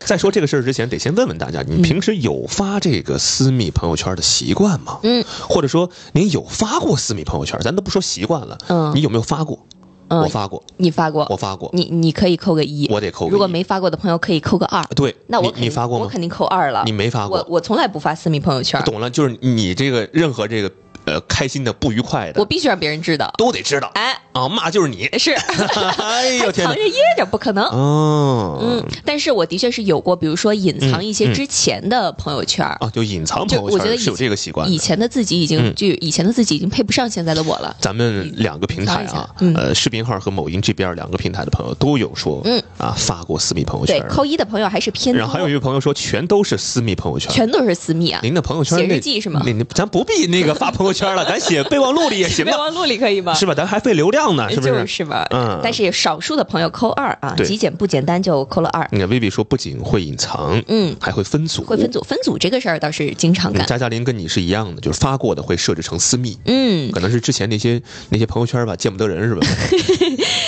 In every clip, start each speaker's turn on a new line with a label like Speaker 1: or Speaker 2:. Speaker 1: 在说这个事儿之前，得先问问大家，你平时有发这个私密朋友圈的习惯吗？
Speaker 2: 嗯，
Speaker 1: 或者说您有发过私密朋友圈？咱都不说习惯了，
Speaker 2: 嗯
Speaker 1: 你有没有发过？
Speaker 2: 嗯
Speaker 1: 我发过，
Speaker 2: 你发过
Speaker 1: 我发过，
Speaker 2: 你你可以扣个一
Speaker 1: 我得扣个一
Speaker 2: 如果没发过的朋友可以扣个二。
Speaker 1: 对，
Speaker 2: 那我肯
Speaker 1: 你你
Speaker 2: 定
Speaker 1: 发过吗
Speaker 2: 我？肯定扣二了。
Speaker 1: 你没发
Speaker 2: 我
Speaker 1: 过，
Speaker 2: 我从来不发私密朋友圈，
Speaker 1: 懂了，就是你这个任何这个呃开心的、不愉快
Speaker 2: 我
Speaker 1: 的，
Speaker 2: 必须让别人知道。
Speaker 1: 都得知道
Speaker 2: 哎，。
Speaker 1: 啊，骂就是你
Speaker 2: 是。
Speaker 1: 哎 呦天
Speaker 2: 藏
Speaker 1: 哪
Speaker 2: 着掖着不可能。！
Speaker 1: 哦，
Speaker 2: 嗯，但是我的确是有过，比如说隐藏一
Speaker 1: 嗯
Speaker 2: 些
Speaker 1: 嗯
Speaker 2: 之前的朋友圈儿，
Speaker 1: 啊，就隐藏朋
Speaker 2: 就
Speaker 1: 友
Speaker 2: 我觉
Speaker 1: 圈
Speaker 2: 得以
Speaker 1: 是有这个习惯
Speaker 2: 以
Speaker 1: 的。
Speaker 2: 前的自己已经、
Speaker 1: 嗯
Speaker 2: 就以前的自己已经配不上现在的我了。
Speaker 1: 咱们两个平台
Speaker 2: 藏一下
Speaker 1: 啊，
Speaker 2: 嗯
Speaker 1: 呃，视频号和某音这边两个平台的朋友都有说，
Speaker 2: 嗯
Speaker 1: 啊，发过私密朋友
Speaker 2: 对，
Speaker 1: 圈。啊
Speaker 2: 扣一的朋友还是偏
Speaker 1: 然后还有一
Speaker 2: 多，
Speaker 1: 位朋友说，全都是私密朋友圈。
Speaker 2: 全都是私密啊。
Speaker 1: 您的朋友圈
Speaker 2: 写日
Speaker 1: 那
Speaker 2: 记是吗
Speaker 1: 那那咱不必那个发朋友圈了，咱写备忘录里也行
Speaker 2: 备
Speaker 1: 吧？
Speaker 2: 忘录里可以吗？
Speaker 1: 是吧？咱还费流量呢，是不？
Speaker 2: 就是是嘛，
Speaker 1: 嗯
Speaker 2: 但是少数的朋友扣二啊，
Speaker 1: 对
Speaker 2: 极简不简单就扣了二。
Speaker 1: 你看薇薇说，不仅会隐藏，
Speaker 2: 嗯，
Speaker 1: 还会分组，
Speaker 2: 会分组，分组这个事儿倒是经常
Speaker 1: 嗯。
Speaker 2: 干。
Speaker 1: 佳佳林跟你是一样的，就是发过的会设置成私密，
Speaker 2: 嗯，
Speaker 1: 可能是之前那些那些朋友圈吧，见不得人是吧？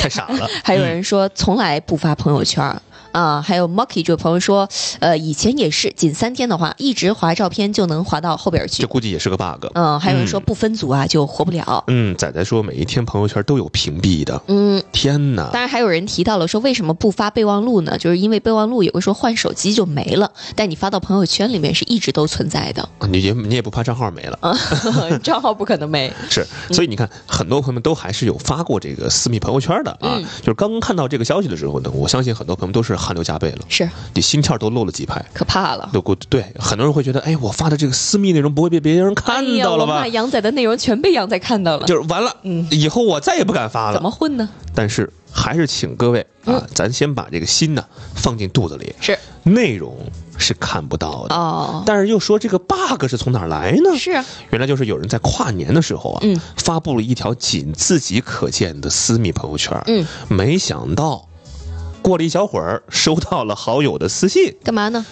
Speaker 1: 太傻了。
Speaker 2: 还有人说从来不发朋友圈儿。啊，还有 Monkey 这位朋友说，呃，以前也是仅三天的话，一直划照片就能划到后边儿
Speaker 1: 这
Speaker 2: 去。
Speaker 1: 估计也是个 bug。
Speaker 2: 嗯，还有人说不分组啊就活不了。
Speaker 1: 嗯，仔仔说每一天朋友圈都有屏蔽的，
Speaker 2: 嗯，
Speaker 1: 天哪！
Speaker 2: 当然还有人提到了说为什么不发备忘录呢？就是因为备忘录有个说换手机就没了，但你发到朋友圈里面是一直都存在的，
Speaker 1: 你也你也不怕账号没了？
Speaker 2: 嗯账号不可能没。
Speaker 1: 是，所以你看，很多朋友们都还是有发过这个私密朋友圈的啊
Speaker 2: 嗯。
Speaker 1: 就是刚看到这个消息的时候呢，我相信很多朋友都是汗流浃背了，
Speaker 2: 是
Speaker 1: 你心跳都漏了几拍。
Speaker 2: 可怕了。
Speaker 1: 都过对，很多人会觉得，哎，我发的这个私密内容不会被别人看
Speaker 2: 哎呀
Speaker 1: 到了
Speaker 2: 我
Speaker 1: 吧？
Speaker 2: 把杨仔的内容全被杨仔看到了，
Speaker 1: 就是完了，
Speaker 2: 嗯
Speaker 1: 以后我再也不敢发
Speaker 2: 怎
Speaker 1: 了。
Speaker 2: 么嗯混呢？
Speaker 1: 但是还是请各位啊，咱先把这个心呢放进肚子里，
Speaker 2: 是
Speaker 1: 内容是看不到的。
Speaker 2: 哦，
Speaker 1: 但是又说这个 bug 是从哪儿来呢？
Speaker 2: 是啊
Speaker 1: 原来就是有人在跨年的时候啊，
Speaker 2: 嗯
Speaker 1: 发布了一条仅自己可见的私密朋友圈，
Speaker 2: 嗯，
Speaker 1: 没想到过了一小会儿，收到了好友的私信，
Speaker 2: 干嘛呢？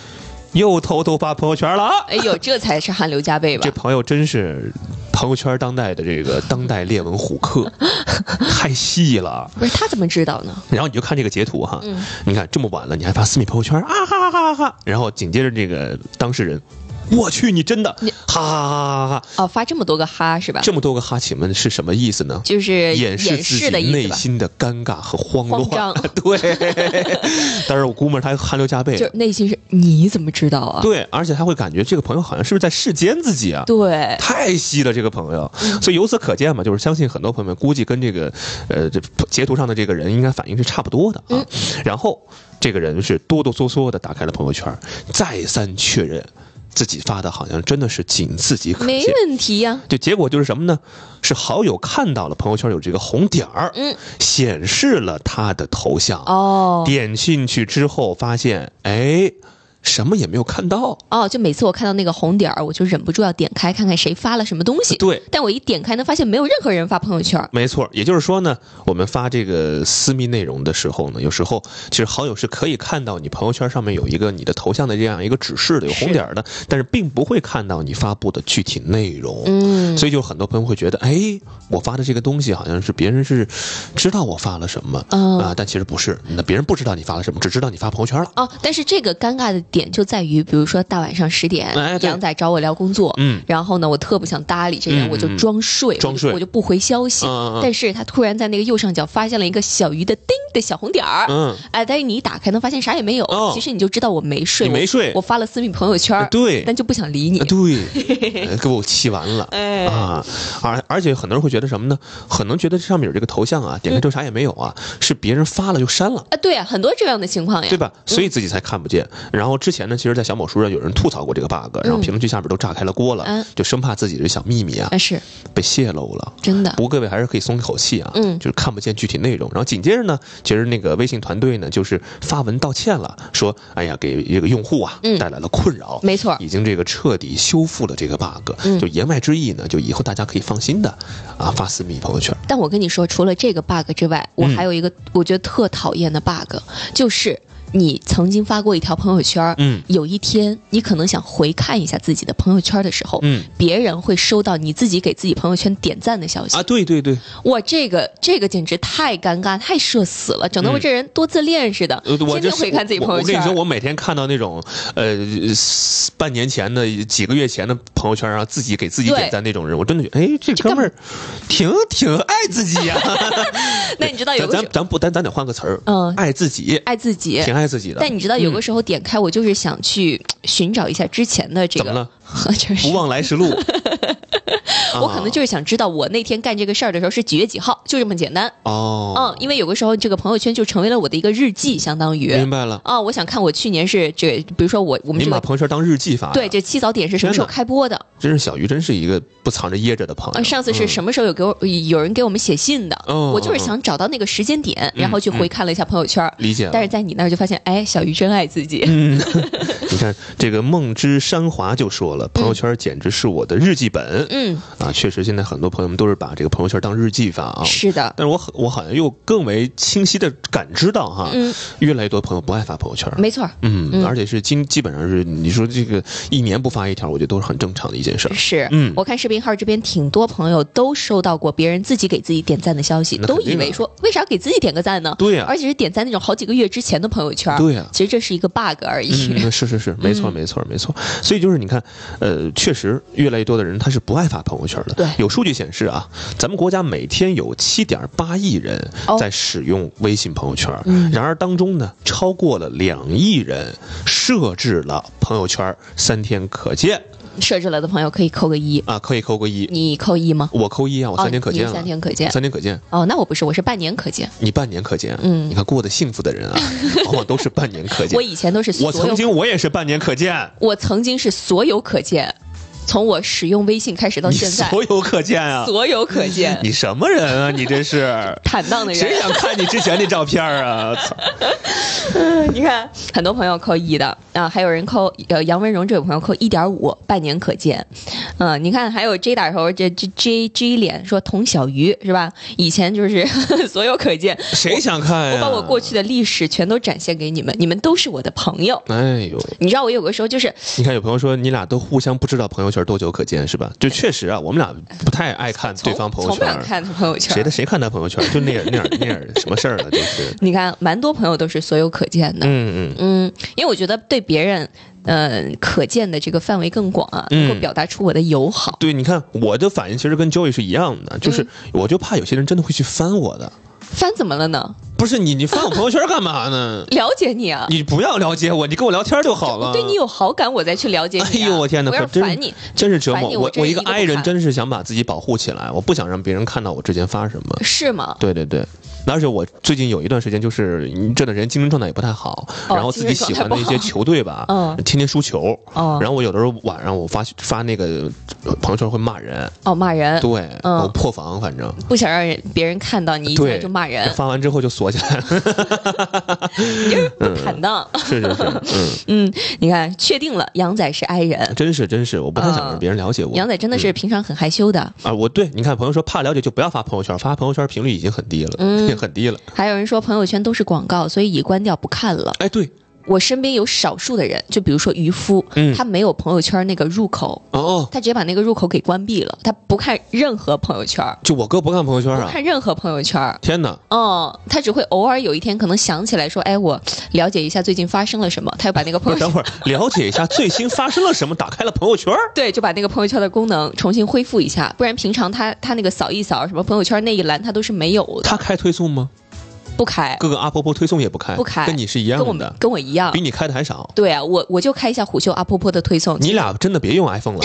Speaker 1: 又偷偷发朋友圈了啊。
Speaker 2: 哎呦，这才是汗流浃背吧
Speaker 1: 这？朋友真是朋友圈当代的这个当代列文虎 克，太细了。
Speaker 2: 不是他怎么知道呢？
Speaker 1: 然后你就看这个截图哈，
Speaker 2: 嗯
Speaker 1: 你看这么晚了，你还发私密朋友圈啊哈哈哈哈哈！然后紧接着这个当事人，我去，你真的
Speaker 2: 你
Speaker 1: 哈哈哈哈哈哈！
Speaker 2: 哦，发这么多个哈是吧？
Speaker 1: 这么多个哈请问是什么意思呢？
Speaker 2: 就是
Speaker 1: 掩饰自己
Speaker 2: 呃的意
Speaker 1: 内
Speaker 2: 思吧？
Speaker 1: 心的尴尬和慌乱，
Speaker 2: 慌
Speaker 1: 对。但是我估摸他汗流浃背，
Speaker 2: 就是内心是你怎么知道啊？
Speaker 1: 对，而且他会感觉这个朋友好像是不是在世间自己啊？
Speaker 2: 对，
Speaker 1: 太细了，这个朋友，
Speaker 2: 嗯
Speaker 1: 所以由此可见嘛，就是相信很多朋友们估计跟这个，呃，这截图上的这个人应该反应是差不多的
Speaker 2: 嗯
Speaker 1: 啊。然后这个人是哆哆嗦嗦的打开了朋友圈，再三确认自己发的好像真的是仅自己可
Speaker 2: 没
Speaker 1: 见。
Speaker 2: 问题呀、
Speaker 1: 就结果就是什么呢？是好友看到了朋友圈有这个红点儿，
Speaker 2: 嗯，
Speaker 1: 显示了他的头像，
Speaker 2: 哦
Speaker 1: 点进去之后发现，哎，什么也没有看到。
Speaker 2: 哦，就每次我看到那个红点儿，我就忍不住要点开看看谁发了什么东西。
Speaker 1: 对，
Speaker 2: 但我一点开呢，发现没有任何人发朋友圈儿。
Speaker 1: 没错，也就是说呢，我们发这个私密内容的时候呢，有时候其实好友是可以看到你朋友圈上面有一个你的头像的这样一个指示的，有红点儿的，但是并不会看到你发布的具体内容。
Speaker 2: 嗯，
Speaker 1: 所以就很多朋友会觉得，哎，我发的这个东西好像是别人是知道我发了什么啊、
Speaker 2: 嗯
Speaker 1: 但其实不是，那别人不知道你发了什么，只知道你发朋友圈了。
Speaker 2: 哦，但是这个尴尬的点就在于，比如说大晚上十点，
Speaker 1: 哎对
Speaker 2: 杨仔找我聊工作，
Speaker 1: 嗯
Speaker 2: 然后呢，我特不想搭理这人，
Speaker 1: 嗯
Speaker 2: 我就
Speaker 1: 嗯
Speaker 2: 装睡，
Speaker 1: 装
Speaker 2: 我就
Speaker 1: 睡
Speaker 2: 我就不回消息。
Speaker 1: 嗯嗯嗯
Speaker 2: 但是他突然在那个右上角发现了一个小鱼的叮的小红点儿，
Speaker 1: 嗯，
Speaker 2: 哎，但是你一打开呢，发现啥也没有，
Speaker 1: 哦
Speaker 2: 其实你就知道我没睡，
Speaker 1: 你没睡啊
Speaker 2: 我，我发了私密朋友圈儿，
Speaker 1: 嗯对
Speaker 2: 但就不想理你，
Speaker 1: 对，呃给我气完了。
Speaker 2: 哎，
Speaker 1: 啊，而而且很多人会觉得什么呢？可能觉得这上面有这个头像啊，点开之后啥也没有啊，是别人发了就删了，
Speaker 2: 啊，对啊，很多这样的情况呀，
Speaker 1: 对吧？所以自己才看不见。然后之前呢，其实，在小某书上有人吐槽过这个 bug，然后评论区下边都炸开了锅了，
Speaker 2: 嗯
Speaker 1: 就生怕自己的小秘密啊
Speaker 2: 啊，是
Speaker 1: 被泄露了。
Speaker 2: 真的
Speaker 1: 不，过各位还是可以松一口气啊，
Speaker 2: 嗯
Speaker 1: 就是看不见具体内容。然后紧接着呢，其实那个微信团队呢，就是发文道歉了，说，哎呀，给这个用户啊
Speaker 2: 嗯
Speaker 1: 带来了困扰，
Speaker 2: 没错，
Speaker 1: 已经这个彻底修复了这个 bug，、
Speaker 2: 嗯
Speaker 1: 就言外之意呢，就以后大家可以放心的啊发私密朋友圈。
Speaker 2: 但我跟你说，除了这个 bug 之外，我
Speaker 1: 嗯
Speaker 2: 还有一个我觉得特讨厌的 bug，、就是你曾经发过一条朋友圈儿，
Speaker 1: 嗯
Speaker 2: 有一天你可能想回看一下自己的朋友圈的时候，
Speaker 1: 嗯
Speaker 2: 别人会收到你自己给自己朋友圈点赞的消息。
Speaker 1: 啊，对对对，
Speaker 2: 哇，这个这个简直太尴尬，太社死了，整得我
Speaker 1: 嗯
Speaker 2: 这人多自恋似的，
Speaker 1: 呃我
Speaker 2: 天天
Speaker 1: 这
Speaker 2: 回看自己
Speaker 1: 我
Speaker 2: 朋友圈
Speaker 1: 我
Speaker 2: 儿。
Speaker 1: 跟你说，我每天看到那种呃嘶半年前的、几个月前的朋友圈啊，自己给自己
Speaker 2: 对
Speaker 1: 点赞那种人，我真的觉得，哎，这
Speaker 2: 根
Speaker 1: 哥们儿挺挺爱自己 呀、
Speaker 2: 那你知道有
Speaker 1: 咱
Speaker 2: 个
Speaker 1: 咱
Speaker 2: 时
Speaker 1: 咱不，咱咱得换个词儿，
Speaker 2: 嗯
Speaker 1: 爱自己，
Speaker 2: 爱自己，
Speaker 1: 挺爱自己的。
Speaker 2: 但你知道
Speaker 1: 嗯
Speaker 2: 有个时候点开，我就是想去寻找一下之前的这
Speaker 1: 怎么
Speaker 2: 个，
Speaker 1: 了？
Speaker 2: 就是
Speaker 1: 不忘来啊时路。
Speaker 2: 我可能就是想知道我那天干这个事儿的时候是几月几号，就这么简单。嗯
Speaker 1: 哦，，
Speaker 2: 因为有个时候这个朋友圈就成为了我的一个日记，相当于
Speaker 1: 明白了。
Speaker 2: 啊，我想看我去年是这，比如说我我们
Speaker 1: 您
Speaker 2: 这
Speaker 1: 把
Speaker 2: 个
Speaker 1: 朋友圈当日记发，
Speaker 2: 对，这七早点是什么时候
Speaker 1: 天哪
Speaker 2: 开播的？
Speaker 1: 真是小鱼，真是一个不藏着掖着的朋友。
Speaker 2: 呃，上次是什么时候有给我有人给我们写信的？
Speaker 1: 哦
Speaker 2: 我就是想找到那个时间点，然后去回看了一下朋友圈。
Speaker 1: 嗯嗯理解了？
Speaker 2: 但是在你那儿就发现，哎，小鱼真爱自己。
Speaker 1: 嗯，你看这个梦之山华就说了，朋友圈简直是我的日记本、
Speaker 2: 嗯，
Speaker 1: 啊！确实，现在很多朋友们都是把这个朋友圈当日记发啊。
Speaker 2: 是的，
Speaker 1: 但是我很我好像又更为清晰的感知到哈，
Speaker 2: 嗯
Speaker 1: 越来越多朋友不爱发朋友圈。
Speaker 2: 没错儿，
Speaker 1: 嗯，而且是基基本上是你说这个一年不发一条，我觉得都是很正常的一件事儿。
Speaker 2: 是，
Speaker 1: 嗯
Speaker 2: 我看视频号这边挺多朋友都收到过别人自己给自己点赞的消息，
Speaker 1: 那
Speaker 2: 都
Speaker 1: 肯定
Speaker 2: 以为
Speaker 1: 啊
Speaker 2: 说为啥给自己点个赞呢？
Speaker 1: 对呀、
Speaker 2: 而且是点赞那种好几个月之前的朋友圈。
Speaker 1: 对呀、
Speaker 2: 其实这是一个 bug 而已。
Speaker 1: 嗯，是是是，没错没错没错。所以就是你看，呃，确实越来越多的人他是不爱发朋友圈的。
Speaker 2: 对
Speaker 1: 有数据显示啊，咱们国家每天有七点八亿人
Speaker 2: 哦
Speaker 1: 在使用微信朋友圈，
Speaker 2: 嗯
Speaker 1: 然而当中呢，超过了两亿人设置了朋友圈三天可见
Speaker 2: 设置了的朋友可以扣个一，
Speaker 1: 啊，可以扣个一。
Speaker 2: 你扣一吗？
Speaker 1: 我扣一啊，我三天可见
Speaker 2: 哦、你
Speaker 1: 了，
Speaker 2: 是三天可见。
Speaker 1: 三天可见，
Speaker 2: 哦，那我不是，我是半年可见。
Speaker 1: 你半年可见，
Speaker 2: 嗯
Speaker 1: 你看过得幸福的人 啊，往往都是半年可见
Speaker 2: 我。以前都是所
Speaker 1: 我
Speaker 2: 有
Speaker 1: 曾经我也是半年可见，
Speaker 2: 我曾经是所有可见，从我使用微信开始到
Speaker 1: 你
Speaker 2: 现在，
Speaker 1: 所有可见 啊，
Speaker 2: 所有可见，
Speaker 1: 你什么人啊？你这 是
Speaker 2: 坦荡的
Speaker 1: 谁
Speaker 2: 人。
Speaker 1: 想看你之前那照片 啊？操
Speaker 2: 你看，很多朋友扣一的啊，还有人扣呃杨文荣这位朋友扣一点五，半年可见。嗯、你看还有 J 打头这这 J J 脸说童小鱼是吧？以前就是 所有可见，
Speaker 1: 谁想看哎呀、
Speaker 2: 我把我过。去的历史全都展现给你们，你们都是我的朋友。
Speaker 1: 哎呦，
Speaker 2: 你知道我有个时候就是
Speaker 1: 你看有朋友说你俩都互相不知道朋友圈多久可见是吧？就确实啊，我们俩不太爱看
Speaker 2: 从
Speaker 1: 对方朋友
Speaker 2: 从不
Speaker 1: 圈
Speaker 2: 想，看他朋友圈。
Speaker 1: 谁的谁看他朋友圈，就那点那点那点什么事儿了，就是。
Speaker 2: 你看，蛮多朋友都是所有可见的。
Speaker 1: 嗯嗯，
Speaker 2: 嗯，因为我觉得对别人，嗯、可见的这个范围更广啊，能够
Speaker 1: 嗯
Speaker 2: 表达出我的友好。
Speaker 1: 对，你看我的反应其实跟 Joey 是一样的，
Speaker 2: 嗯
Speaker 1: 就是我就怕有些人真的会去翻我的，
Speaker 2: 翻怎么了呢？？
Speaker 1: 不是你你翻我朋友圈干嘛呢
Speaker 2: 了解你啊，
Speaker 1: 你不要了解我，你跟我聊天就好
Speaker 2: 我
Speaker 1: 了。
Speaker 2: 对你有好感，我再去了解你、啊。
Speaker 1: 哦哎呦我天哪
Speaker 2: 我要
Speaker 1: 可真
Speaker 2: 烦你，
Speaker 1: 真是折
Speaker 2: 烦
Speaker 1: 磨
Speaker 2: 你
Speaker 1: 我
Speaker 2: 我，真
Speaker 1: 我
Speaker 2: 是
Speaker 1: 一个
Speaker 2: 一个不
Speaker 1: I 人
Speaker 2: 看
Speaker 1: 真是想把自己保护起来，我不想让别人看到我之前发什么。
Speaker 2: 是吗？
Speaker 1: 对对对，那而且我最近有一段时间就是这段时间精神状态也不太好，
Speaker 2: 哦
Speaker 1: 然后自己喜欢的一
Speaker 2: 精神状态
Speaker 1: 些
Speaker 2: 不好
Speaker 1: 球队吧，
Speaker 2: 嗯
Speaker 1: 天天输球。
Speaker 2: 哦
Speaker 1: 然后我有的时候晚上我发发那个呃朋友圈会骂人，
Speaker 2: 哦，骂人，
Speaker 1: 对，
Speaker 2: 嗯
Speaker 1: 我破防，反正
Speaker 2: 不想让人别人看到你一
Speaker 1: 对
Speaker 2: 下就骂人，
Speaker 1: 发完之后就锁起来了。
Speaker 2: 你这
Speaker 1: 嗯
Speaker 2: 不坦荡。
Speaker 1: 是 是是，嗯，
Speaker 2: 嗯，你看，确定了，杨仔是 I 人。
Speaker 1: 真是真是，我不太想
Speaker 2: 嗯
Speaker 1: 让别人了解我。
Speaker 2: 杨仔真的是平常很害羞的，
Speaker 1: 啊，我对你看，朋友说怕了解就不要发朋友圈，发朋友圈频率已经很低了，
Speaker 2: 嗯
Speaker 1: 已经很低了。
Speaker 2: 还有人说朋友圈都是广告，所以已关掉不看了。
Speaker 1: 哎，对，
Speaker 2: 我身边有少数的人，就比如说渔夫，
Speaker 1: 嗯
Speaker 2: 他没有朋友圈那个入口，
Speaker 1: 哦哦，
Speaker 2: 他直接把那个入口给关闭了，他不看任何朋友圈，
Speaker 1: 就我哥不看朋友圈
Speaker 2: 不
Speaker 1: 啊！
Speaker 2: 看任何朋友圈。
Speaker 1: 天哪，
Speaker 2: 哦，他只会偶尔有一天可能想起来说，哎，我了解一下最近发生了什么，他又把那个朋
Speaker 1: 不
Speaker 2: 友
Speaker 1: 是，等会
Speaker 2: 圈，
Speaker 1: 儿了解一下最新发生了什么，打开了朋友圈儿。
Speaker 2: 对，就把那个朋友圈的功能重新恢复一下，不然平常他他那个扫一扫什么朋友圈那一栏他都是没有的，
Speaker 1: 他开推送吗？
Speaker 2: 不开，
Speaker 1: 各个阿婆婆推送也不开，
Speaker 2: 不开
Speaker 1: 跟你是一
Speaker 2: 跟我
Speaker 1: 样
Speaker 2: 们
Speaker 1: 的，
Speaker 2: 跟我一样
Speaker 1: 比。你开的还少。
Speaker 2: 对啊，我我就开一下虎嗅阿婆婆的推送，
Speaker 1: 你俩真 的别用 iPhone 了，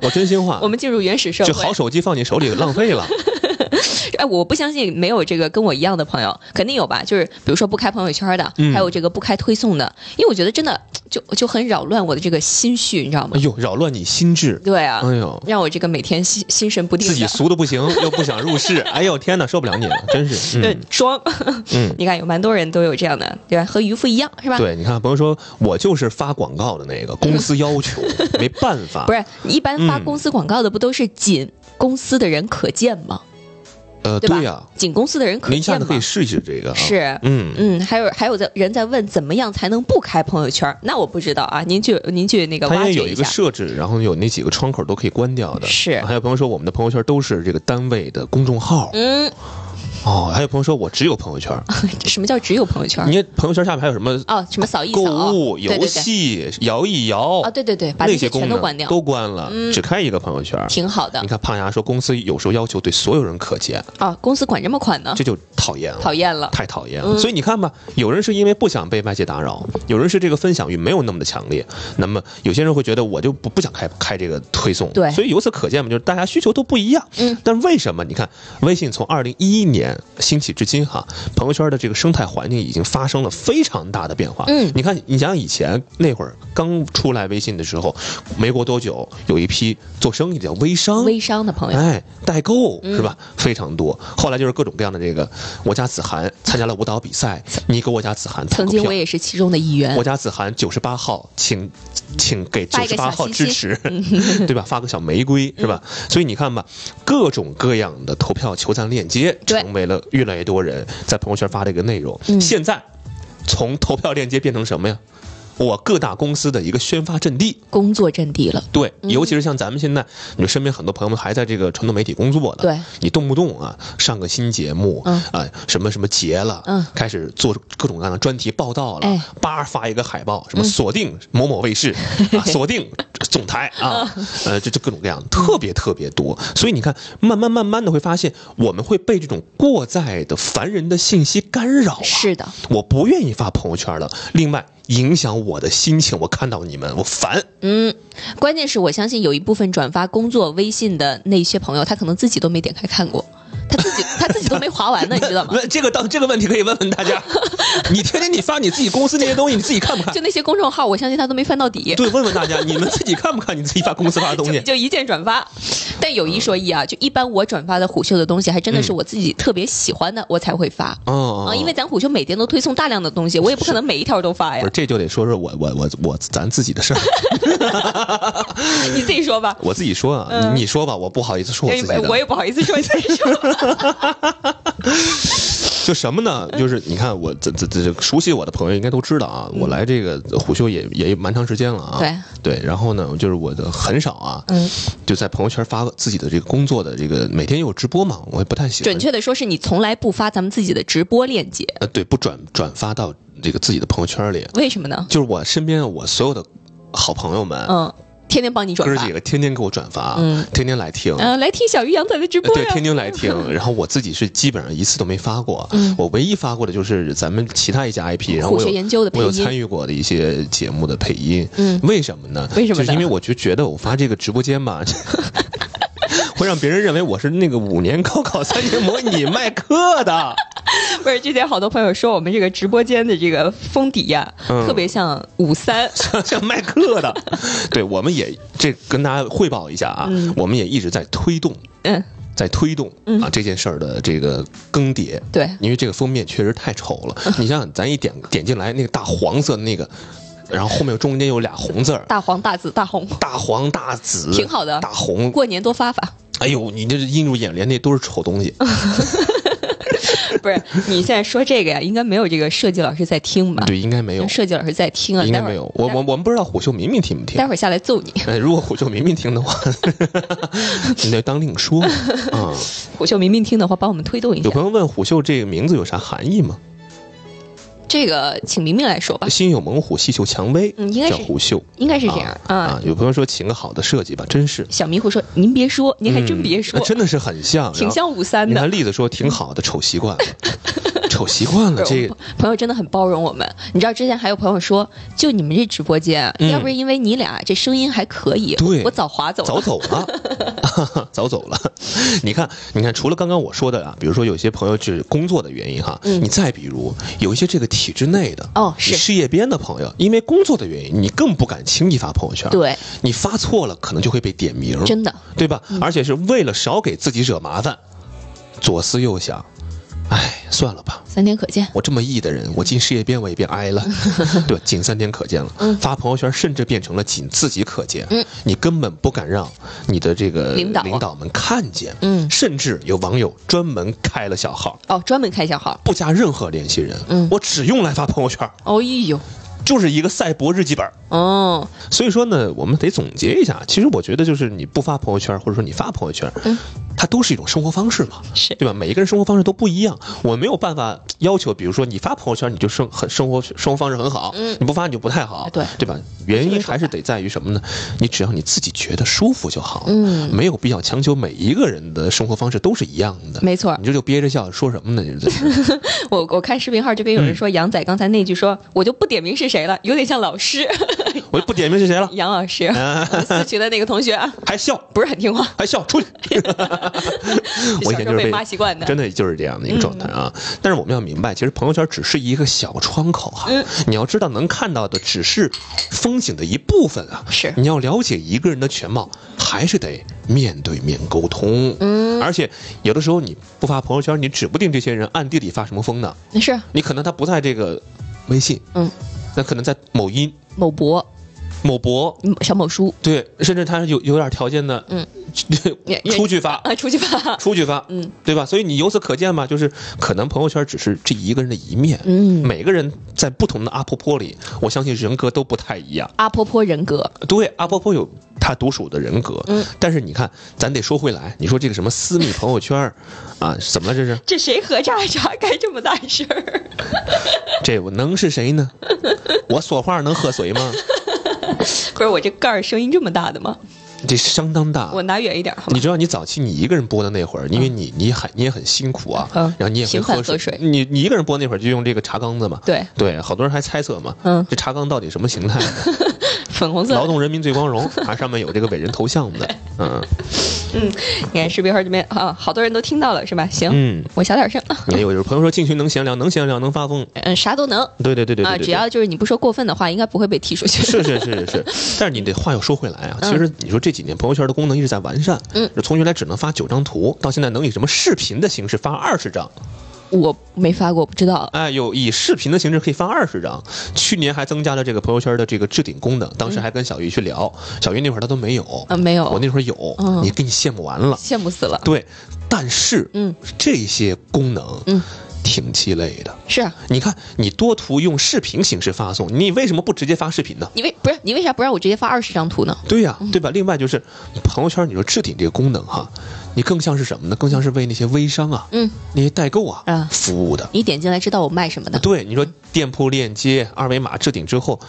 Speaker 1: 我真心话
Speaker 2: 我，们进入原始社会，
Speaker 1: 这好手机放你手里浪费了。
Speaker 2: 哎，我不相信没有这个跟我一样的朋友，肯定有吧？就是比如说不开朋友圈的，
Speaker 1: 嗯
Speaker 2: 还有这个不开推送的，因为我觉得真的就就很扰乱我的这个心绪，你知道吗
Speaker 1: 哎？呦，扰乱你心智，
Speaker 2: 对啊，
Speaker 1: 哎呦，
Speaker 2: 让我这个每天心心神不定
Speaker 1: 自己
Speaker 2: 的。
Speaker 1: 俗的不 行，又不想入世，哎呦天哪，受不了你了，真是。
Speaker 2: 对
Speaker 1: 嗯，
Speaker 2: 装，
Speaker 1: 嗯，
Speaker 2: 你看有蛮多人都有这样的，对吧？和渔夫一样，是吧？
Speaker 1: 对，你看，朋友说我就是发广告的那个，公司要 求，没办法。
Speaker 2: 不是，一般发
Speaker 1: 嗯
Speaker 2: 公司广告的不都是仅公司的人可见吗？
Speaker 1: 呃，
Speaker 2: 对吧
Speaker 1: 对呀、
Speaker 2: 仅公司的人可
Speaker 1: 您下
Speaker 2: 见
Speaker 1: 次可
Speaker 2: 吗
Speaker 1: 以？试一试这个啊。，
Speaker 2: 是。
Speaker 1: 嗯，
Speaker 2: 嗯，还有还有的人在问怎么样才能不开朋友圈？那我不知道啊，您去您去那个
Speaker 1: 它
Speaker 2: 挖
Speaker 1: 也有
Speaker 2: 掘
Speaker 1: 一个
Speaker 2: 下。
Speaker 1: 设置，然后有那几个窗口都可以关掉的。啊
Speaker 2: 是
Speaker 1: 还有朋友说我们的朋友圈都是这个单位的公众号。
Speaker 2: 嗯，
Speaker 1: 哦，还有朋友说我只有朋友圈。
Speaker 2: 什么叫只有朋友圈？
Speaker 1: 你看朋友圈下面还有什么
Speaker 2: 哦，什么扫嗯一扫哦
Speaker 1: 购物、
Speaker 2: 对对
Speaker 1: 游
Speaker 2: 对
Speaker 1: 戏、摇一摇
Speaker 2: 啊，对对对，把
Speaker 1: 那
Speaker 2: 那
Speaker 1: 些
Speaker 2: 些
Speaker 1: 功
Speaker 2: 全都
Speaker 1: 能
Speaker 2: 关掉，嗯
Speaker 1: 都关了，只开一个朋友圈。
Speaker 2: 挺好的
Speaker 1: 你看胖牙说公司有时候要求对所有人可见，
Speaker 2: 啊。公司管这么宽呢，
Speaker 1: 这就讨厌了。
Speaker 2: 讨厌了。嗯
Speaker 1: 太讨厌了。所以你看吧，有人是因为不想被外界打扰，有人是这个分享欲没有那么的强烈，那么有些人会觉得我就不不想开开这个推送。
Speaker 2: 对
Speaker 1: 所以由此可见嘛，就是大家需求都不一样。
Speaker 2: 嗯，
Speaker 1: 但为什么你看微信从二零一一年兴起至今哈，朋友圈的这个生态环境已经发生了非常大的变化。
Speaker 2: 嗯
Speaker 1: 你看，你想想以前那会儿刚出来微信的时候，没过多久有一批做生意的叫微商，
Speaker 2: 微商的朋友，嗯
Speaker 1: 哎，代购是吧？非常多。后来就是各种各样的这个，我家子涵参加了舞蹈比赛，你给我家子涵投
Speaker 2: 曾
Speaker 1: 个
Speaker 2: 经我
Speaker 1: 票。
Speaker 2: 也是其中的一员
Speaker 1: 我。家子涵九十八号，请请给
Speaker 2: 发
Speaker 1: 九
Speaker 2: 一
Speaker 1: 十
Speaker 2: 个
Speaker 1: 八
Speaker 2: 小
Speaker 1: 号
Speaker 2: 心
Speaker 1: 支
Speaker 2: 心嗯
Speaker 1: 持， 对吧？发个小玫瑰是吧？所以你看吧，各种各样的投票求赞链接
Speaker 2: 对
Speaker 1: 成为了越来越多人在朋友圈发这个内容。
Speaker 2: 嗯
Speaker 1: 现在从投票链接变成什么呀？我各大公司的一个宣发阵地，
Speaker 2: 工作阵地了。
Speaker 1: 对，尤其是像咱们现在，你说身边很多朋友们还在这个传统媒体工作的，
Speaker 2: 对，
Speaker 1: 你动不动啊上个新节目，
Speaker 2: 嗯
Speaker 1: 啊什么什么节了，
Speaker 2: 嗯
Speaker 1: 开始做各种各样的专题报道了
Speaker 2: 哎，嗯
Speaker 1: 叭发一个海报，什么锁定某某卫 视，啊锁定总台啊，
Speaker 2: 嗯
Speaker 1: 呃这这各种各样的特别特别多，所以你看，慢慢慢慢的会发现，我们会被这种过载的烦人的信息干扰啊，
Speaker 2: 是的，
Speaker 1: 我不愿意发朋友圈了，另外影响我的心情，我看到你们我烦，
Speaker 2: 嗯，关键是我相信有一部分转发工作微信的那些朋友，他可能自己都没点开看过，他自己他自己都没划完呢，你知 道吗？
Speaker 1: 问呃这个当这个问题可以问问大 家，你天天你发你自己公司那些东西，你自己看不看
Speaker 2: 就？那些公众号，我相信他都没翻到底。
Speaker 1: 对，问问大家，你们自己看不看你自己发公司发的东
Speaker 2: 就
Speaker 1: 西？
Speaker 2: 就一键转发，但有一说一啊，就一般我转发的虎嗅的东西，还真的是我自己特别喜欢的，我才会发
Speaker 1: 嗯哦
Speaker 2: 啊，因为咱虎嗅每天都推送大量的东西，我也不可能每一条都发
Speaker 1: 不
Speaker 2: 呀
Speaker 1: 是，，这就得说说我我我我咱自己的事儿。
Speaker 2: 你自己说吧，
Speaker 1: 我自己说啊，
Speaker 2: 嗯哎
Speaker 1: 你你说吧，我不好意思说我自己
Speaker 2: 我
Speaker 1: 的。
Speaker 2: 也不好意思说，你自己 说，
Speaker 1: 就什么呢？就是你看我这这这熟悉我的朋友应该都知道啊，我来这个虎嗅也也蛮长时间了啊。
Speaker 2: 嗯对
Speaker 1: 对，然后呢，就是我的很少啊，
Speaker 2: 嗯，
Speaker 1: 就在朋友圈发自己的这个工作的这个，每天也有直播嘛，我也不太喜欢
Speaker 2: 准确的说是你从来不发咱们自己的直播链接，
Speaker 1: 呃，对，不转转发到这个自己的朋友圈里，
Speaker 2: 为什么呢？
Speaker 1: 就是我身边我所有的好朋友们，
Speaker 2: 嗯，天天帮你
Speaker 1: 哥
Speaker 2: 转
Speaker 1: 儿
Speaker 2: 发
Speaker 1: 几，个天天给我转发，啊
Speaker 2: 嗯
Speaker 1: 天天来听。呃
Speaker 2: 嗯，啊来听小鱼杨仔的直播
Speaker 1: 对，
Speaker 2: 呀
Speaker 1: 天，天来听，然后我自己是基本上一次都没发过，我唯一发过的就是咱们其他一家 IP，然后
Speaker 2: 嗯虎
Speaker 1: 我
Speaker 2: 穴
Speaker 1: 有
Speaker 2: 研究的配
Speaker 1: 我有
Speaker 2: 音，
Speaker 1: 参与过的一些节目的配音，
Speaker 2: 嗯
Speaker 1: 为什么呢？
Speaker 2: 为什么呢
Speaker 1: 就是因为我就觉得我发这个直播间 吧，会让别人认为我是那个五年高考三年模拟卖课的，
Speaker 2: 不是之前好多朋友说我们这个直播间的这个封底呀，
Speaker 1: 嗯
Speaker 2: 特别像五三，
Speaker 1: 像卖课的。对，我们也这跟大家汇报一下啊，
Speaker 2: 嗯
Speaker 1: 我们也一直在推动，
Speaker 2: 嗯，
Speaker 1: 在推动
Speaker 2: 嗯
Speaker 1: 啊这件事儿的这个更迭。
Speaker 2: 对。
Speaker 1: 因为这个封面确实太丑了， 你想想，咱一点点进来那个大黄色的那个，然后后面中间有俩红字儿，
Speaker 2: 大黄、大紫、大红，
Speaker 1: 大黄大紫，
Speaker 2: 挺好的
Speaker 1: 大红，
Speaker 2: 过年多发发。
Speaker 1: 哎呦，你这是映入眼帘，那都是丑东 西。
Speaker 2: 不是，你现在说这个呀，应该没有这个设计老师在听吧？
Speaker 1: 对，应该没有，
Speaker 2: 设计老师在听啊，
Speaker 1: 应该
Speaker 2: 待会儿
Speaker 1: 没有。我我我们不知道虎嗅明明听不听
Speaker 2: 待。会儿下来揍你。
Speaker 1: 呃，如果虎嗅明明听的话， 你得当另 说啊。
Speaker 2: 虎嗅明明听的话，帮我们推动一下
Speaker 1: 有。朋友问虎嗅这个名字有啥含义吗？
Speaker 2: 这个请明明来说吧，
Speaker 1: 心有猛虎，细嗅蔷薇，
Speaker 2: 啊嗯应该
Speaker 1: 叫
Speaker 2: 是
Speaker 1: 虎嗅，
Speaker 2: 应该是这样
Speaker 1: 啊
Speaker 2: 啊。
Speaker 1: 有朋友说请个好的设计吧，真是，
Speaker 2: 小迷糊说：“您别说，您还真别
Speaker 1: 嗯
Speaker 2: 说，
Speaker 1: 真的是很像，啊
Speaker 2: 挺像五三
Speaker 1: 你
Speaker 2: 的。
Speaker 1: 看栗子说挺好的，丑习惯了。口习惯了，
Speaker 2: 不是
Speaker 1: 这
Speaker 2: 我朋友真的很包容我们。你知道之前还有朋友说，就你们这直播间，
Speaker 1: 嗯
Speaker 2: 要不是因为你俩这声音还可以，
Speaker 1: 对
Speaker 2: 我早划走了。
Speaker 1: 早走了， 早走了。你看，你看，除了刚刚我说的啊，比如说有些朋友是工作的原因哈，
Speaker 2: 嗯
Speaker 1: 你再比如有一些这个体制内的
Speaker 2: 哦是
Speaker 1: 事业编的朋友，因为工作的原因，你更不敢轻易发朋友圈，，
Speaker 2: 对，
Speaker 1: 你发错了可能就会被点名，
Speaker 2: 真的，嗯
Speaker 1: 对吧？而且是为了少给自己惹麻烦，左思右想，哎，算了吧。
Speaker 2: 三天可见。
Speaker 1: 我这么义的
Speaker 2: 嗯
Speaker 1: 人，我进事业编我也变挨 了，对，仅三天可见了。发朋友圈甚至变成了仅自己可见，
Speaker 2: 嗯
Speaker 1: 你根本不敢让你的这个
Speaker 2: 领导啊
Speaker 1: 们看见，
Speaker 2: 嗯
Speaker 1: 甚至有网友专门开了小号，
Speaker 2: 哦，专门开小号。
Speaker 1: 不加任何联系人，
Speaker 2: 嗯
Speaker 1: 我只用来发朋友圈，
Speaker 2: 哦呦，
Speaker 1: 就是一个赛博日记本。
Speaker 2: 哦，
Speaker 1: 所以说呢，我们得总结一下，其实我觉得就是你不发朋友圈，或者说你发朋友圈，
Speaker 2: 嗯
Speaker 1: 它都是一种生活方式嘛，
Speaker 2: 是
Speaker 1: 对吧？每一个人生活方式都不一样，我没有办法要求，比如说你发朋友圈你就生很生活生活方式很好，
Speaker 2: 嗯
Speaker 1: 你不发你就不太好，
Speaker 2: 对
Speaker 1: 对吧？原因还是得在于什么呢？你只要你自己觉得舒服就好，
Speaker 2: 嗯
Speaker 1: 没有必要强求每一个人的生活方式都是一样的。
Speaker 2: 没错
Speaker 1: 你。这就憋着笑说什么呢？你这 是
Speaker 2: 我我看视频号这边有
Speaker 1: 嗯
Speaker 2: 人说杨仔刚才那句说，我就不点名是谁了，有点像老师
Speaker 1: 我就不点名是谁了，
Speaker 2: 杨老师，
Speaker 1: 啊
Speaker 2: 我们四群的那个同学啊，
Speaker 1: 还笑
Speaker 2: 不是很听话，
Speaker 1: 还哎笑 出去。我以
Speaker 2: 小
Speaker 1: 前
Speaker 2: 时
Speaker 1: 就是
Speaker 2: 候被
Speaker 1: 被
Speaker 2: 骂习惯的。嗯
Speaker 1: 真的就是这样的一个状态啊。但是我们要明白，其实朋友圈只是一个小窗口哈、
Speaker 2: 嗯
Speaker 1: 你要知道，能看到的只是风景的一部分啊。
Speaker 2: 是
Speaker 1: 你要了解一个人的全貌，还是得面对面沟通。嗯，而且有的时候你不发朋友圈，你指不定这些人暗地里发什么疯呢。
Speaker 2: 是
Speaker 1: 你可能他不在这个微信，
Speaker 2: 嗯，
Speaker 1: 那可能在某音、
Speaker 2: 某博、
Speaker 1: 某博。
Speaker 2: 小某书
Speaker 1: 对，甚至他有有点条件的，
Speaker 2: 嗯，
Speaker 1: 出去发，
Speaker 2: 啊，出去吧。
Speaker 1: 出去发，
Speaker 2: 嗯，
Speaker 1: 对吧？所以你由此可见嘛，就是可能朋友圈只是这一个人的一面，
Speaker 2: 嗯
Speaker 1: 每个人在不同的阿婆婆里，我相信人格都不太一样。
Speaker 2: 阿婆婆人格，
Speaker 1: 对，阿婆婆有她独属的人格，
Speaker 2: 嗯，
Speaker 1: 但是你看，咱得说回来，你说这个什么私密朋友圈 儿啊，怎么了这是？
Speaker 2: 这谁和渣渣干这么大事儿？
Speaker 1: 这我能是谁 呢？我说话能喝水吗？
Speaker 2: 不是我这盖儿声音这么大的吗？
Speaker 1: 这相当大。
Speaker 2: 我拿远一点好吗
Speaker 1: 你？知道，你早期你一个人播的那会儿，因为你你很你也很辛苦啊，
Speaker 2: 嗯
Speaker 1: 然后你也会
Speaker 2: 频繁
Speaker 1: 喝
Speaker 2: 喝水
Speaker 1: 你你一个人播那会儿就用这个茶缸子嘛，
Speaker 2: 对，
Speaker 1: 对，好多人还猜测嘛，
Speaker 2: 嗯
Speaker 1: 这茶缸到底什么形 态？
Speaker 2: 粉红色
Speaker 1: 劳
Speaker 2: 的。
Speaker 1: 动人民最光荣啊，上面有这个伟人头像 的，嗯
Speaker 2: 你看视频号这边啊，好多人都听到了是吧？行，
Speaker 1: 嗯。
Speaker 2: 我小点声。
Speaker 1: 你看，有有朋友说进群能闲聊，能闲聊，能发疯，
Speaker 2: 嗯，啥都能
Speaker 1: 对对对对对
Speaker 2: 啊，
Speaker 1: 对对
Speaker 2: 只要就是你不说过分的话，应该不会被踢出去。
Speaker 1: 是是是是是，但是你得话又说回来啊，其实你说这几年朋友圈的功能一直在完善，
Speaker 2: 嗯，
Speaker 1: 从原来只能发九张图，到现在能以什么视频的形式发二十张，
Speaker 2: 我没发过，不知道。
Speaker 1: 哎，有以视频的形式可以发二十张，去年还增加了这个朋友圈的这个置顶功能，当时
Speaker 2: 嗯
Speaker 1: 还跟小鱼去聊，小鱼那会儿他都没有，
Speaker 2: 啊，没
Speaker 1: 我
Speaker 2: 有，
Speaker 1: 那会儿有，
Speaker 2: 嗯
Speaker 1: 你给你羡慕完了，
Speaker 2: 羡慕死了。
Speaker 1: 对，但是
Speaker 2: 嗯，
Speaker 1: 这些功能，
Speaker 2: 嗯，
Speaker 1: 挺鸡肋的。
Speaker 2: 是啊，
Speaker 1: 你看，你多图用视频形式发送，你为什么不直接发视频呢？
Speaker 2: 你为不是你为啥不让我直接发二十张图呢？
Speaker 1: 对呀、对吧？另外就是朋友圈，你说置顶这个功能哈，你更像是什么呢？更像是为那些微商啊、
Speaker 2: 嗯，嗯
Speaker 1: 那些代购啊、
Speaker 2: 啊
Speaker 1: 服务的。
Speaker 2: 你点进来知道我卖什么的。
Speaker 1: 对，你说店铺链接、二维码置顶之后，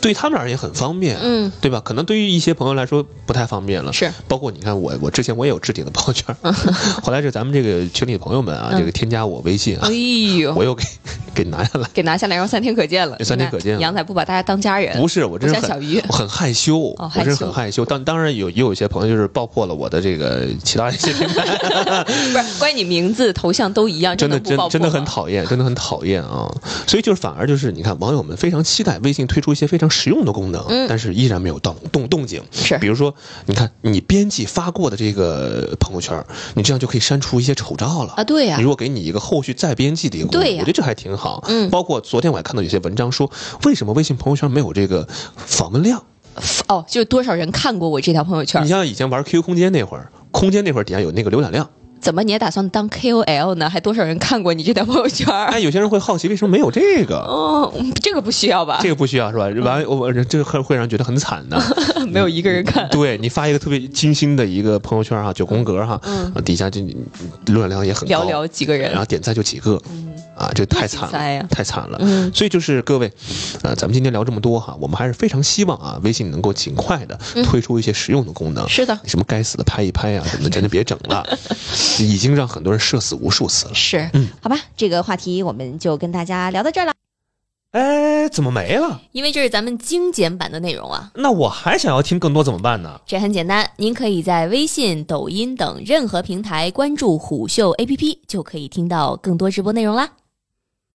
Speaker 1: 对他们而言很方便，
Speaker 2: 嗯，
Speaker 1: 对吧？可能对于一些朋友来说不太方便了。
Speaker 2: 是，
Speaker 1: 包括你看我，我之前我也有置顶的朋友圈儿， 后来是咱们这个群里的朋友们啊，
Speaker 2: 嗯
Speaker 1: 这个添加我微信啊
Speaker 2: 哎，呦
Speaker 1: 我，又给给拿下来。
Speaker 2: 给拿下来，然后三天可见了。
Speaker 1: 三天
Speaker 2: 你看
Speaker 1: 可见了
Speaker 2: 杨仔不把大家当家 人，
Speaker 1: 不是，我
Speaker 2: 不
Speaker 1: 真是很
Speaker 2: 像小鱼。
Speaker 1: 我很害羞，
Speaker 2: 哦
Speaker 1: 我
Speaker 2: 害
Speaker 1: 真是
Speaker 2: 羞
Speaker 1: 很害羞。当当然有也有一些朋友就是爆破了我的这个其他一些平台，
Speaker 2: 不是，关于你名字、头像都一 样，
Speaker 1: 真的
Speaker 2: 的不
Speaker 1: 真
Speaker 2: 爆破
Speaker 1: 真的很
Speaker 2: 吗
Speaker 1: 讨厌，真的很讨厌啊！所以就是反而就是你看，网友们非常期待微信推出一些非常实用的功能，
Speaker 2: 嗯
Speaker 1: 但是依然没有动动动静。
Speaker 2: 是
Speaker 1: 比如说，你看你编辑发过的这个朋友圈，你这样就可以删除一些丑照了
Speaker 2: 啊，。对呀
Speaker 1: 你，如果给你一个后续再编辑的一个功能，
Speaker 2: 对呀
Speaker 1: 我觉得这还挺好。
Speaker 2: 嗯
Speaker 1: 包括昨天我还看到有些文章说，为什么微信朋友圈没有这个访问量？
Speaker 2: 哦，就是多少人看过我这条朋友圈
Speaker 1: 你？像以前玩 QQ 空间那会儿，空间那会儿底下有那个浏览量，
Speaker 2: 怎么你也打算当 KOL 呢？还多少人看过你这条朋友圈？
Speaker 1: 哎，有些人会好奇为什么没有这个。
Speaker 2: 哦，嗯这个不需要吧？
Speaker 1: 这个不需要是吧？完，我我这很会让人觉得很惨 的。
Speaker 2: 没有一个人看。
Speaker 1: 对你发一个特别精心的一个朋友圈哈，九宫格哈，
Speaker 2: 嗯
Speaker 1: 啊底下这浏览量也很高，
Speaker 2: 寥寥几个
Speaker 1: 然
Speaker 2: 人嗯
Speaker 1: 后，点赞就几个，啊，这太惨
Speaker 2: 一起猜呀
Speaker 1: 了，太惨了。
Speaker 2: 嗯
Speaker 1: 所以就是各位，呃，咱们今天聊这么多哈，我们还是非常希望啊，微信能够尽快的推出一些实用的功能。
Speaker 2: 嗯是的，
Speaker 1: 什么该死的拍一拍啊，什么的，真的别整 了，已经让很多人社死无数次了。
Speaker 2: 是，
Speaker 1: 嗯
Speaker 2: 好吧，这个话题我们就跟大家聊到这儿了，
Speaker 1: 哎，怎么没了？
Speaker 2: 因为这是咱们精简版的内容啊。
Speaker 1: 那我还想要听更多怎么办呢？
Speaker 2: 这很简单，您可以在微信、抖音等任何平台关注虎嗅 APP，就可以听到更多直播内容啦。